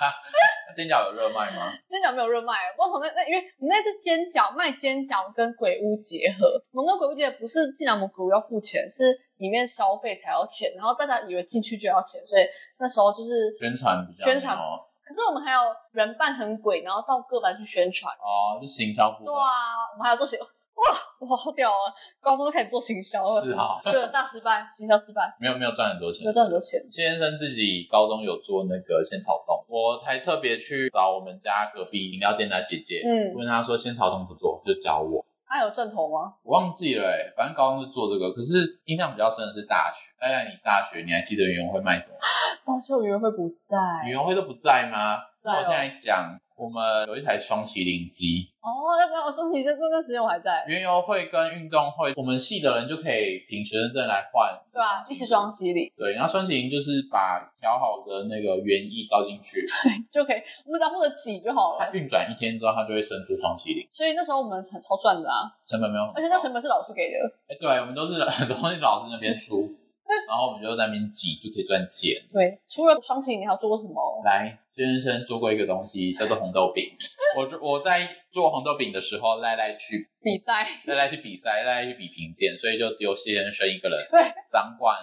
B: 那煎饺有热卖吗？
A: 煎饺没有热卖，啊我从那那因为我们那次煎饺卖煎饺跟鬼屋结合，我们跟鬼屋结合不是进来我们鬼屋要付钱，是里面消费才要钱，然后大家以为进去就要钱，所以那时候就是
B: 宣传比较
A: 宣传
B: 没有哦，
A: 可是我们还有人扮成鬼，然后到各班去宣传。
B: 哦，就行销部
A: 对
B: 分。
A: 啊，我们还有做行哇，哇好屌啊！高中就开始做行销了，
B: 是啊，
A: 对，大失败，行销失败，
B: 没有没有赚很多钱
A: 没有。赚很多钱。
B: 先生自己高中有做那个仙草冻，我还特别去找我们家隔壁饮料店的姐姐，
A: 嗯，
B: 问她说仙草冻怎么做，就教我。
A: 他有正头吗？
B: 我忘记了、欸，反正高中是做这个，可是印象比较深的是大学。哎呀，你大学你还记得园游会卖什么吗？
A: 抱歉，我以为会不在。
B: 园游会都不在吗？
A: 哎在
B: 那
A: 哦
B: 我现在讲，我们有一台双麒麟机。
A: 哦，要不要？我中午这这段时间我还在，
B: 园游会跟运动会，我们系的人就可以凭学生证来换，
A: 对吧？一起双。洗礼。
B: 对，然后双麒麟就是把调好的那个园艺倒进去，
A: 就可以，我们只要负责挤就好
B: 它
A: 了。
B: 运转一天之后，它就会生出双麒麟，
A: 所以那时候我们很超赚的啊，
B: 成本没有很高。
A: 而且那成本是老师给的。
B: 哎，对，我们都是 [laughs] 很多东西老师那边
A: [laughs]
B: 出，然后我们就在那边挤，就可以赚钱。
A: 对，除了双喜，你还有做过什么？
B: 来，先生做过一个东西叫做红豆
A: [laughs]
B: 饼。我就我在做红豆饼的时候，赖赖去
A: 比赛？
B: 赖赖去比赛，赖赖去比评鉴，所以就丢先生一个人
A: 对
B: 掌管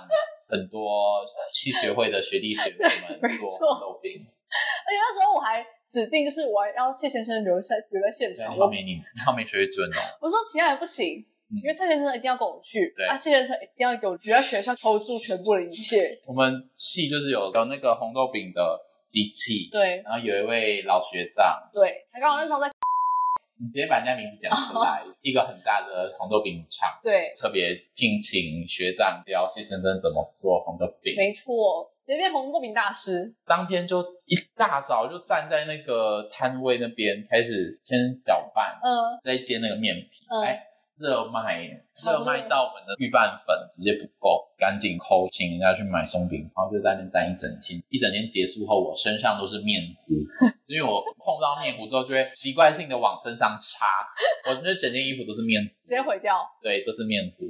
B: 很多系学会的学弟学妹
A: [laughs] 对没
B: 们
A: 错
B: 做红豆饼。
A: 而且那时候我还指定就是我要谢先生留下留在现
B: 对
A: 场，
B: 你
A: 我
B: 好没你你好没水准哦。
A: 我说其他人不行。
B: 嗯
A: 因为蔡先生一定要跟我去，
B: 对
A: 啊，谢先生一定要有留在学校投注全部的一切，
B: 我们系就是有有那个红豆饼的机器，
A: 对
B: 然后有一位老学长，
A: 对，他刚好那时候在
B: 你直接把人家名字讲
A: [laughs]
B: 出来，一个很大的红豆饼厂。
A: 对，
B: 特别聘请学长教谢先生怎么做红豆饼，
A: 没错，直接变红豆饼大师，
B: 当天就一大早就站在那个摊位那边开始先搅拌，
A: 嗯
B: 再煎那个面皮，
A: 嗯
B: 哎、热卖耶，
A: 超热
B: 热卖到我们的预拌粉直接不够，赶紧抠，请人家去买松饼，然后就在那边站一整天。一整天结束后，我身上都是面糊，因为我碰到面糊之后就会习惯性的往身上擦，我这整件衣服都是面糊，
A: 直接毁掉。
B: 对，都是面糊，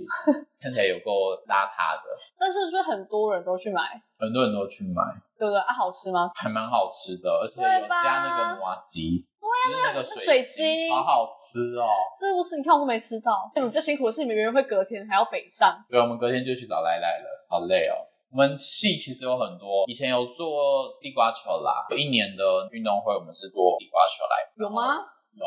B: 看起来有够邋遢的。
A: 但是是不是很多人都去买，
B: 很多人都去买，
A: 对不对？啊，好吃吗？
B: 还蛮好吃的，而且
A: 对
B: 有
A: 吧
B: 加那个麻吉，
A: 对啊
B: 就是那个水
A: 水晶
B: 晶，好好吃哦。
A: 这不是你看我都没吃到，但比较辛苦的是，你们明明会隔天还要北上，
B: 对，我们隔天就去找赖赖了，好累哦。我们系其实有很多，以前有做地瓜球啦，有一年的运动会我们是做地瓜球来。
A: 有？吗？
B: 有。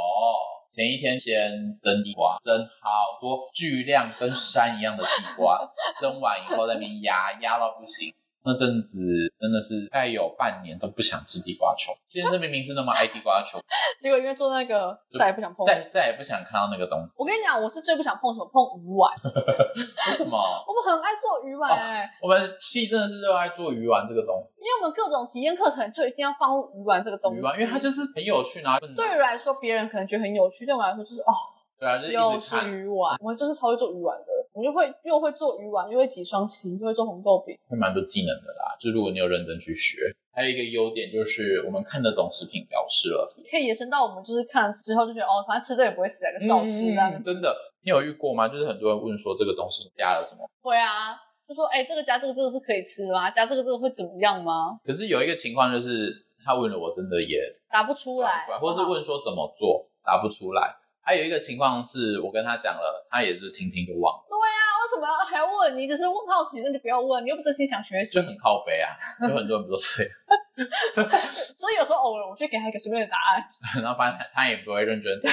B: 前一天先蒸地瓜，蒸好多巨量跟山一样的地瓜，蒸完以后在那边压压到不行。那阵子真的是大概有半年都不想吃地瓜球，现在明明是那么爱地瓜球，
A: 结果因为做那个，
B: 就
A: 再也不想碰。
B: 再再也不想看到那个东西。
A: 我跟你讲，我是最不想碰什么碰鱼丸，
B: 为什么？ [laughs]
A: 我们很爱做鱼丸、
B: 哦
A: 哎、
B: 我们系真的是热爱做鱼丸这个东
A: 因为我们各种体验课程就一定要放入鱼丸这个东
B: 西，
A: 西，
B: 鱼丸，因为它就是很有趣，然后
A: 对我来说，别人可能觉得很有趣，对我来说就是哦，
B: 对啊，就是
A: 又
B: 一直
A: 是
B: 看，
A: 鱼丸，我就是超会做鱼丸的，我就会又会做鱼丸，又会挤双旗，又会做红豆饼。
B: 会蛮多技能的啦。就如果你有认真去学，还有一个优点就是我们看得懂食品标示了，
A: 可以延伸到我们就是看之后就觉得哦，反正吃这也不会死，就照吃这样子。
B: 嗯真的，你有遇过吗？就是很多人问说这个东西加了什么，
A: 会啊，就说哎，这个加这个这个是可以吃吗？加这个这个会怎么样吗？
B: 可是有一个情况就是他问了我真的也
A: 答不出来，
B: 或是问说怎么做，答不出来。还有一个情况是我跟他讲了，他也是听听就忘了，
A: 那为什么要还要问你？只是问好奇，那就不要问，你又不真心想学习
B: 就。很靠背啊，有很多人不都这样。
A: 所以有时候偶尔我就给他一个随便的答案，
B: 然后反正他他也不会认真听。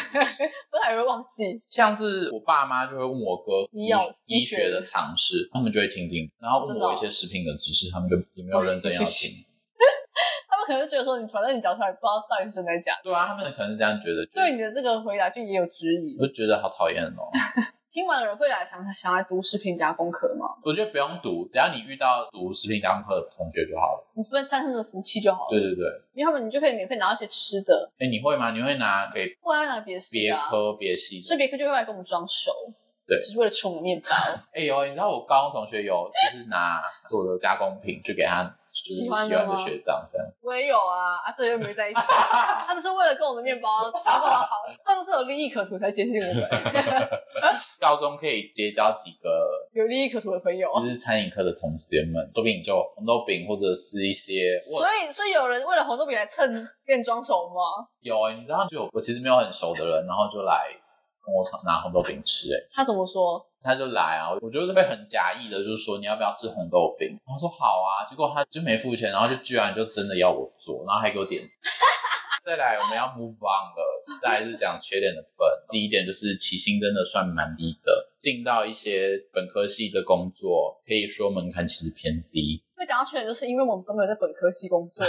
A: 不然还会忘记。
B: 像是我爸妈就会问我哥
A: 医药
B: 医
A: 医学
B: 学的常识，他们就会听听，然后问
A: 真的
B: 我
A: 哦
B: 一些食品的知识，他们就也没有认真要听。
A: 他们可能就觉得说你反正你讲出来不知道到底是真的假的，
B: 对啊，他们可能是这样觉得，就
A: 对你的这个回答就也有质疑。
B: 我就觉得好讨厌哦。
A: 听完的人会来想想来读食品加工课吗？
B: 我觉得不用读，只要你遇到读食品加工课的同学就好了。
A: 你不沾他们的福气就好了，
B: 对对对，
A: 因为他们你就可以免费拿到一些吃的，
B: 哎，你会吗？你会拿给
A: 不然要拿别的吃
B: 别
A: 的啊。
B: 科别系的
A: 所以？别克就会来跟我们装熟，
B: 对
A: 只是为了吃我们的面
B: [laughs]
A: 包。
B: 哎呦，你知道我高中同学有就是拿做的加工品去给他就是喜
A: 喜
B: 欢
A: 欢的
B: 的
A: 吗
B: 学长这样。
A: 我也有啊，啊，这又没
B: [laughs]
A: 在一起，他只是为了跟我们的面包差不多好，他们是有利益可图才接近我们，
B: [laughs] 高中可以结交几个
A: 有利益可图的朋友。
B: 就是餐饮科的同学们，说不定你就红豆饼或者是一些我
A: 所以，所以有人为了红豆饼来蹭跟你装熟吗？
B: 有、欸，你知道就我其实没有很熟的人，然后就来跟我拿红豆饼吃、欸，
A: 他怎么说？
B: 他就来啊，我就是会很假意的，就是说你要不要吃红豆饼，然后说好啊，结果他就没付钱，然后就居然就真的要我做，然后还给我点餐。再来，我们要 move on 了。再来是讲缺点的分，第一点就是起薪真的算蛮低的，进到一些本科系的工作，可以说门槛其实偏低。
A: 会讲到缺点，就是因为我们都没有在本科系
B: [laughs]
A: 工作，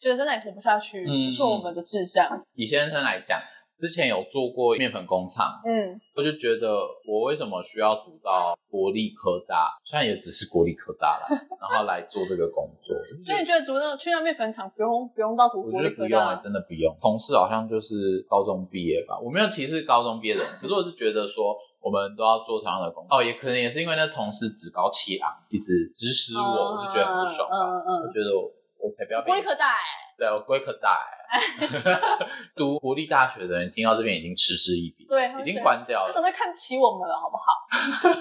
A: 觉得真的也活不下去，
B: 嗯
A: 不是我们的志向。
B: 以先生来讲，之前有做过面粉工厂，
A: 嗯，
B: 我就觉得我为什么需要读到国立科大，虽然也只是国立科大啦，然后来做这个工作，我就
A: 所
B: 觉
A: 以
B: 得
A: 你觉得读那去那面粉厂不用不用到读
B: 我
A: 国
B: 觉
A: 立
B: 得不
A: 科
B: 用、
A: 大啊
B: 欸，？真的不用。同事好像就是高中毕业吧，我没有歧视高中毕业的人，可是我是觉得说。我们都要做同样的工作哦，也可能也是因为那同事趾高气昂，一直指使我，我就觉得很不爽。啊
A: 嗯
B: 我
A: 嗯
B: 觉得我我才不要
A: 嗯，
B: 被
A: 国立科大、欸。
B: 对我龟壳大、欸， [laughs] 读国立大学的人听到这边已经嗤之以鼻，
A: 哎对他们
B: 已经
A: 觉得
B: 关掉
A: 他总
B: 了，
A: 在看不起我们了，好不好？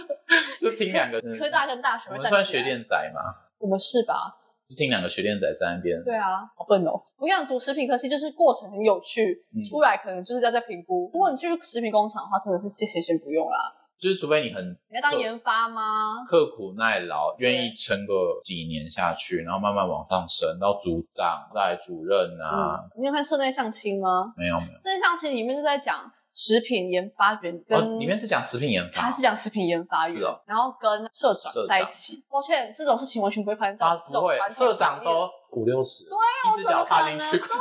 B: 就听两个
A: [laughs]
B: 嗯
A: 科大跟大学
B: 我
A: 会
B: 们
A: 站
B: 算
A: 起来
B: 学电仔嘛，
A: 我们是吧？
B: 就听两个学电仔在那边，
A: 对啊，好笨哦！我跟你讲，读食品科系就是过程很有趣，
B: 嗯
A: 出来可能就是要再评估。如果你去食品工厂的话，真的是谢谢先不用啦。
B: 就是除非你很
A: 你要当
B: 对
A: 研发吗？
B: 刻苦耐劳，
A: 对
B: 愿意撑个几年下去，然后慢慢往上升到组长、再来主任啊，
A: 嗯，你有看室内相亲吗？
B: 没有没有，
A: 室内相亲里面就在讲食品研发员
B: 哦，
A: 跟
B: 里面是讲食品研
A: 他
B: 发
A: 是。讲食品研发员
B: 是哦，
A: 然后跟社长
B: 社长
A: 在一起。抱歉，这种事情完全不会发生在
B: 他
A: 我们这
B: 不
A: 种
B: 会
A: 传，统
B: 社长
A: 产业
B: 都五六十，
A: 对啊
B: 一只脚踏进
A: 我
B: 去，
A: 怎么可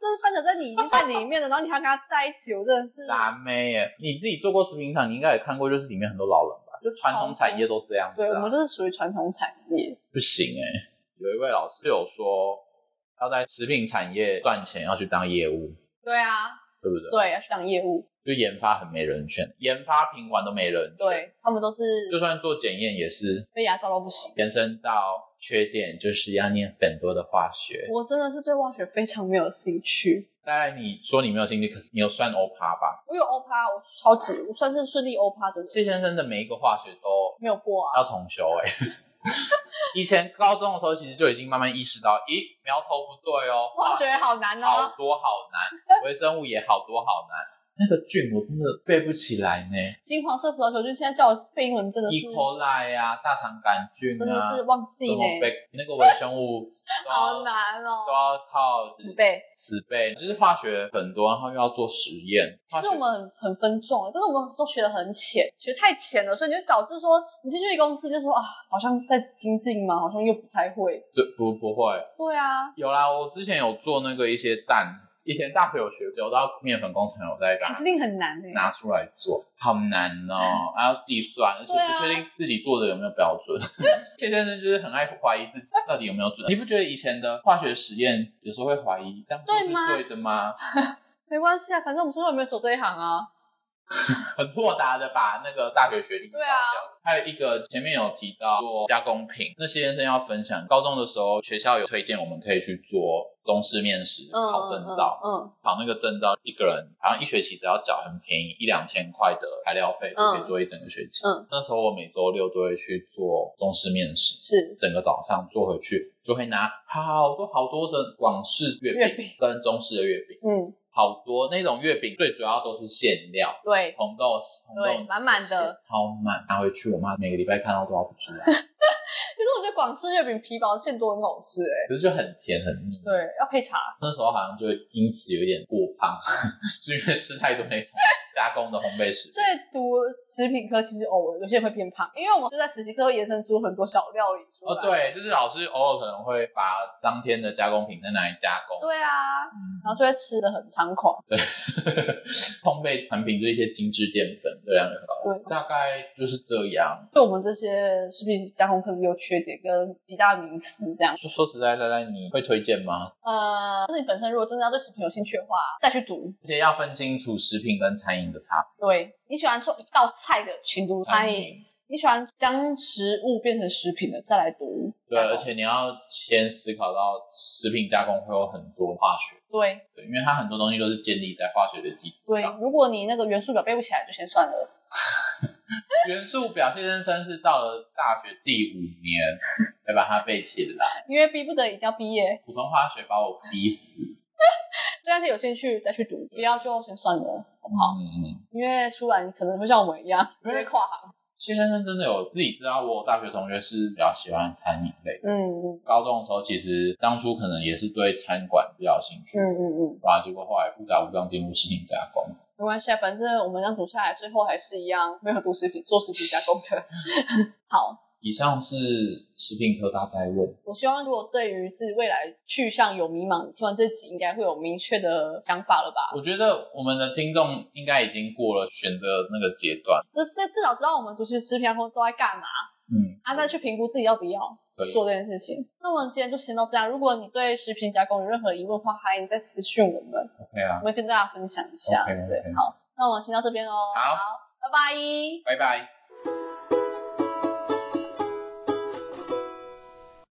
A: 就是发展在你已经在里面了，然后你还要跟他在一起，我真的是
B: 辣妹耶！你自己做过食品厂，你应该也看过，就是里面很多老人吧，就传统产业都这样子、啊。
A: 对，我们就是属于传统产业，
B: 不行哎、有一位老师就有说，要在食品产业赚钱，要去当业务，
A: 对啊，
B: 对不对？
A: 对，要去当业务，
B: 就研发很没人权，研发品管都没人权。，
A: 对他们都
B: 就是算做检验也是
A: 被压榨到不行。
B: 延伸到缺点，就是要念很多的化学。
A: 我真的是对化学非常没有兴趣。
B: 当然你说你没有兴趣，可是你有算欧趴吧？
A: 我有欧趴，我超级我算是顺利欧趴的人，
B: 谢先生的每一个化学都
A: [laughs] 没有过啊。
B: 要重修哎、欸以前高中的时候，其实就已经慢慢意识到，咦，苗头不对哦，
A: 化学好难
B: 好
A: 哦，
B: 多好
A: [laughs]
B: 难，微生物也好多好难。那个菌我真的背不起来呢
A: 金黄色葡萄球菌现在叫我背英文真的
B: ，E.
A: 是
B: coli 啊，大肠杆菌啊，
A: 真的是忘记
B: 什
A: 呢，
B: 么被那个微生物都
A: 好
B: 要
A: 难哦啊
B: 都，要靠
A: 死背。
B: 死背，就是化学很多，然后又要做实验。
A: 其
B: 化
A: 实
B: 学
A: 我们很很分众啊，但是我们都学的很浅，学太浅了，所以你就导致说，你进去一个公司就说啊，好像在精进嘛，好像又不太会。
B: 对不不会
A: 对啊，
B: 有啦，我之前有做那个一些蛋，以前大学有学过，到面粉工程有在
A: 还
B: 干
A: 是。定很难哎、
B: 拿出来做，好难
A: [laughs]
B: 哦，还要计算，而且
A: 对啊
B: 不确定自己做的有没有标
A: [laughs]
B: 准。谢先生就是很爱怀疑自己到底有没有准。你不觉得以前的化学实验有时候会怀疑，这样做
A: 对吗
B: 是对的吗？
A: 没关系啊，反正我们最后有没有走这一行啊？
B: 很豁达的把那个大学学历烧
A: 对
B: 掉。
A: 啊
B: 还有一个前面有提到做加工品，那谢先生要分享，高中的时候学校有推荐我们可以去做中式面食，
A: 嗯，
B: 考证照，
A: 嗯，嗯
B: 考那个证照，一个人好像一学期只要缴很便宜一两千块的材料费，就可以做一整个学期。
A: 嗯
B: 那时候我每周六都会去做中式面食，
A: 是
B: 整个早上做回去就会拿好多好多的广式
A: 月
B: 月
A: 饼
B: 饼跟中式的月饼，
A: 嗯，
B: 好多那种月饼最主要都是馅料。
A: 对
B: 红豆红
A: 对，
B: 豆
A: 满满的。
B: 超满，拿回去我妈每个礼拜看到都要吐出来，
A: [laughs] 其实我觉得广式月饼皮薄馅多很好吃哎、
B: 可是就很甜很腻。，
A: 对，要配茶。
B: 那时候好像就因此有点过胖， [laughs] 是因为吃太多那种加工的烘焙食
A: 所
B: 品。
A: 以读食品科其实偶尔有些人会变胖，因为我们就在实习课会延伸出很多小料理出来。
B: 哦，对，就是老师偶尔可能会把当天的加工品在哪里加工，
A: 对啊，
B: 嗯 [laughs]
A: 然后就会吃的很猖狂。
B: 烘焙产品就是一些精致淀粉热量很高，
A: 对
B: 大概就是这样。
A: 对我们这些食品加工科的优缺点跟极大的迷思这样。
B: 说说实在，赖赖你会推荐吗？
A: 呃，但是你本身如果真的要对食品有兴趣的话，再去读。
B: 而且要分清楚食品跟餐饮的差别。
A: 对你喜欢做一道菜的，请读餐饮；你喜欢将食物变成食品的，再来读。
B: 对，啊而且你要先思考到食品加工会有很多化学，
A: 对
B: 对，因为它很多东西都是建立在化学的基础
A: 对
B: 上。，
A: 如果你那个元素表背不起来，就先算了。
B: 元素表现生生是到了大学第五年才把它背起来，
A: 因为逼不得已一定要毕业，
B: 普通化学把我逼死。
A: 对那些有兴趣再去读，不要就先算了，好不好？
B: 嗯，
A: 因为出来你可能会像我们一样，因
B: 对
A: 为跨行。
B: 谢先生真的有自己知道，我有大学同学是比较喜欢餐饮类。
A: 嗯嗯
B: 高中的时候，其实当初可能也是对餐馆比较有兴趣，
A: 嗯嗯嗯。
B: 对啊吧？结果后来不打不当进入食品加工，
A: 没关系，啊，反正我们这样读下来，最后还是一样没有读食品，做食品加工的。 [laughs] 好，
B: 以上是食品科大概问。
A: 我希望如果对于自己未来去向有迷茫，听完这集应该会有明确的想法了吧？
B: 我觉得我们的听众应该已经过了选择那个阶段，
A: 就是在至少知道我们读食品加工都在干嘛，
B: 嗯，
A: 啊，再去评估自己要不要
B: 可以，
A: 做这件事情。那我们今天就先到这样。如果你对食品加工有任何疑问的话，欢迎再私讯我们，
B: OK 啊
A: 我，会跟大家分享一下。
B: OK，OK
A: 对，好，那我们先到这边哦。
B: 好
A: 拜拜。
B: 拜拜。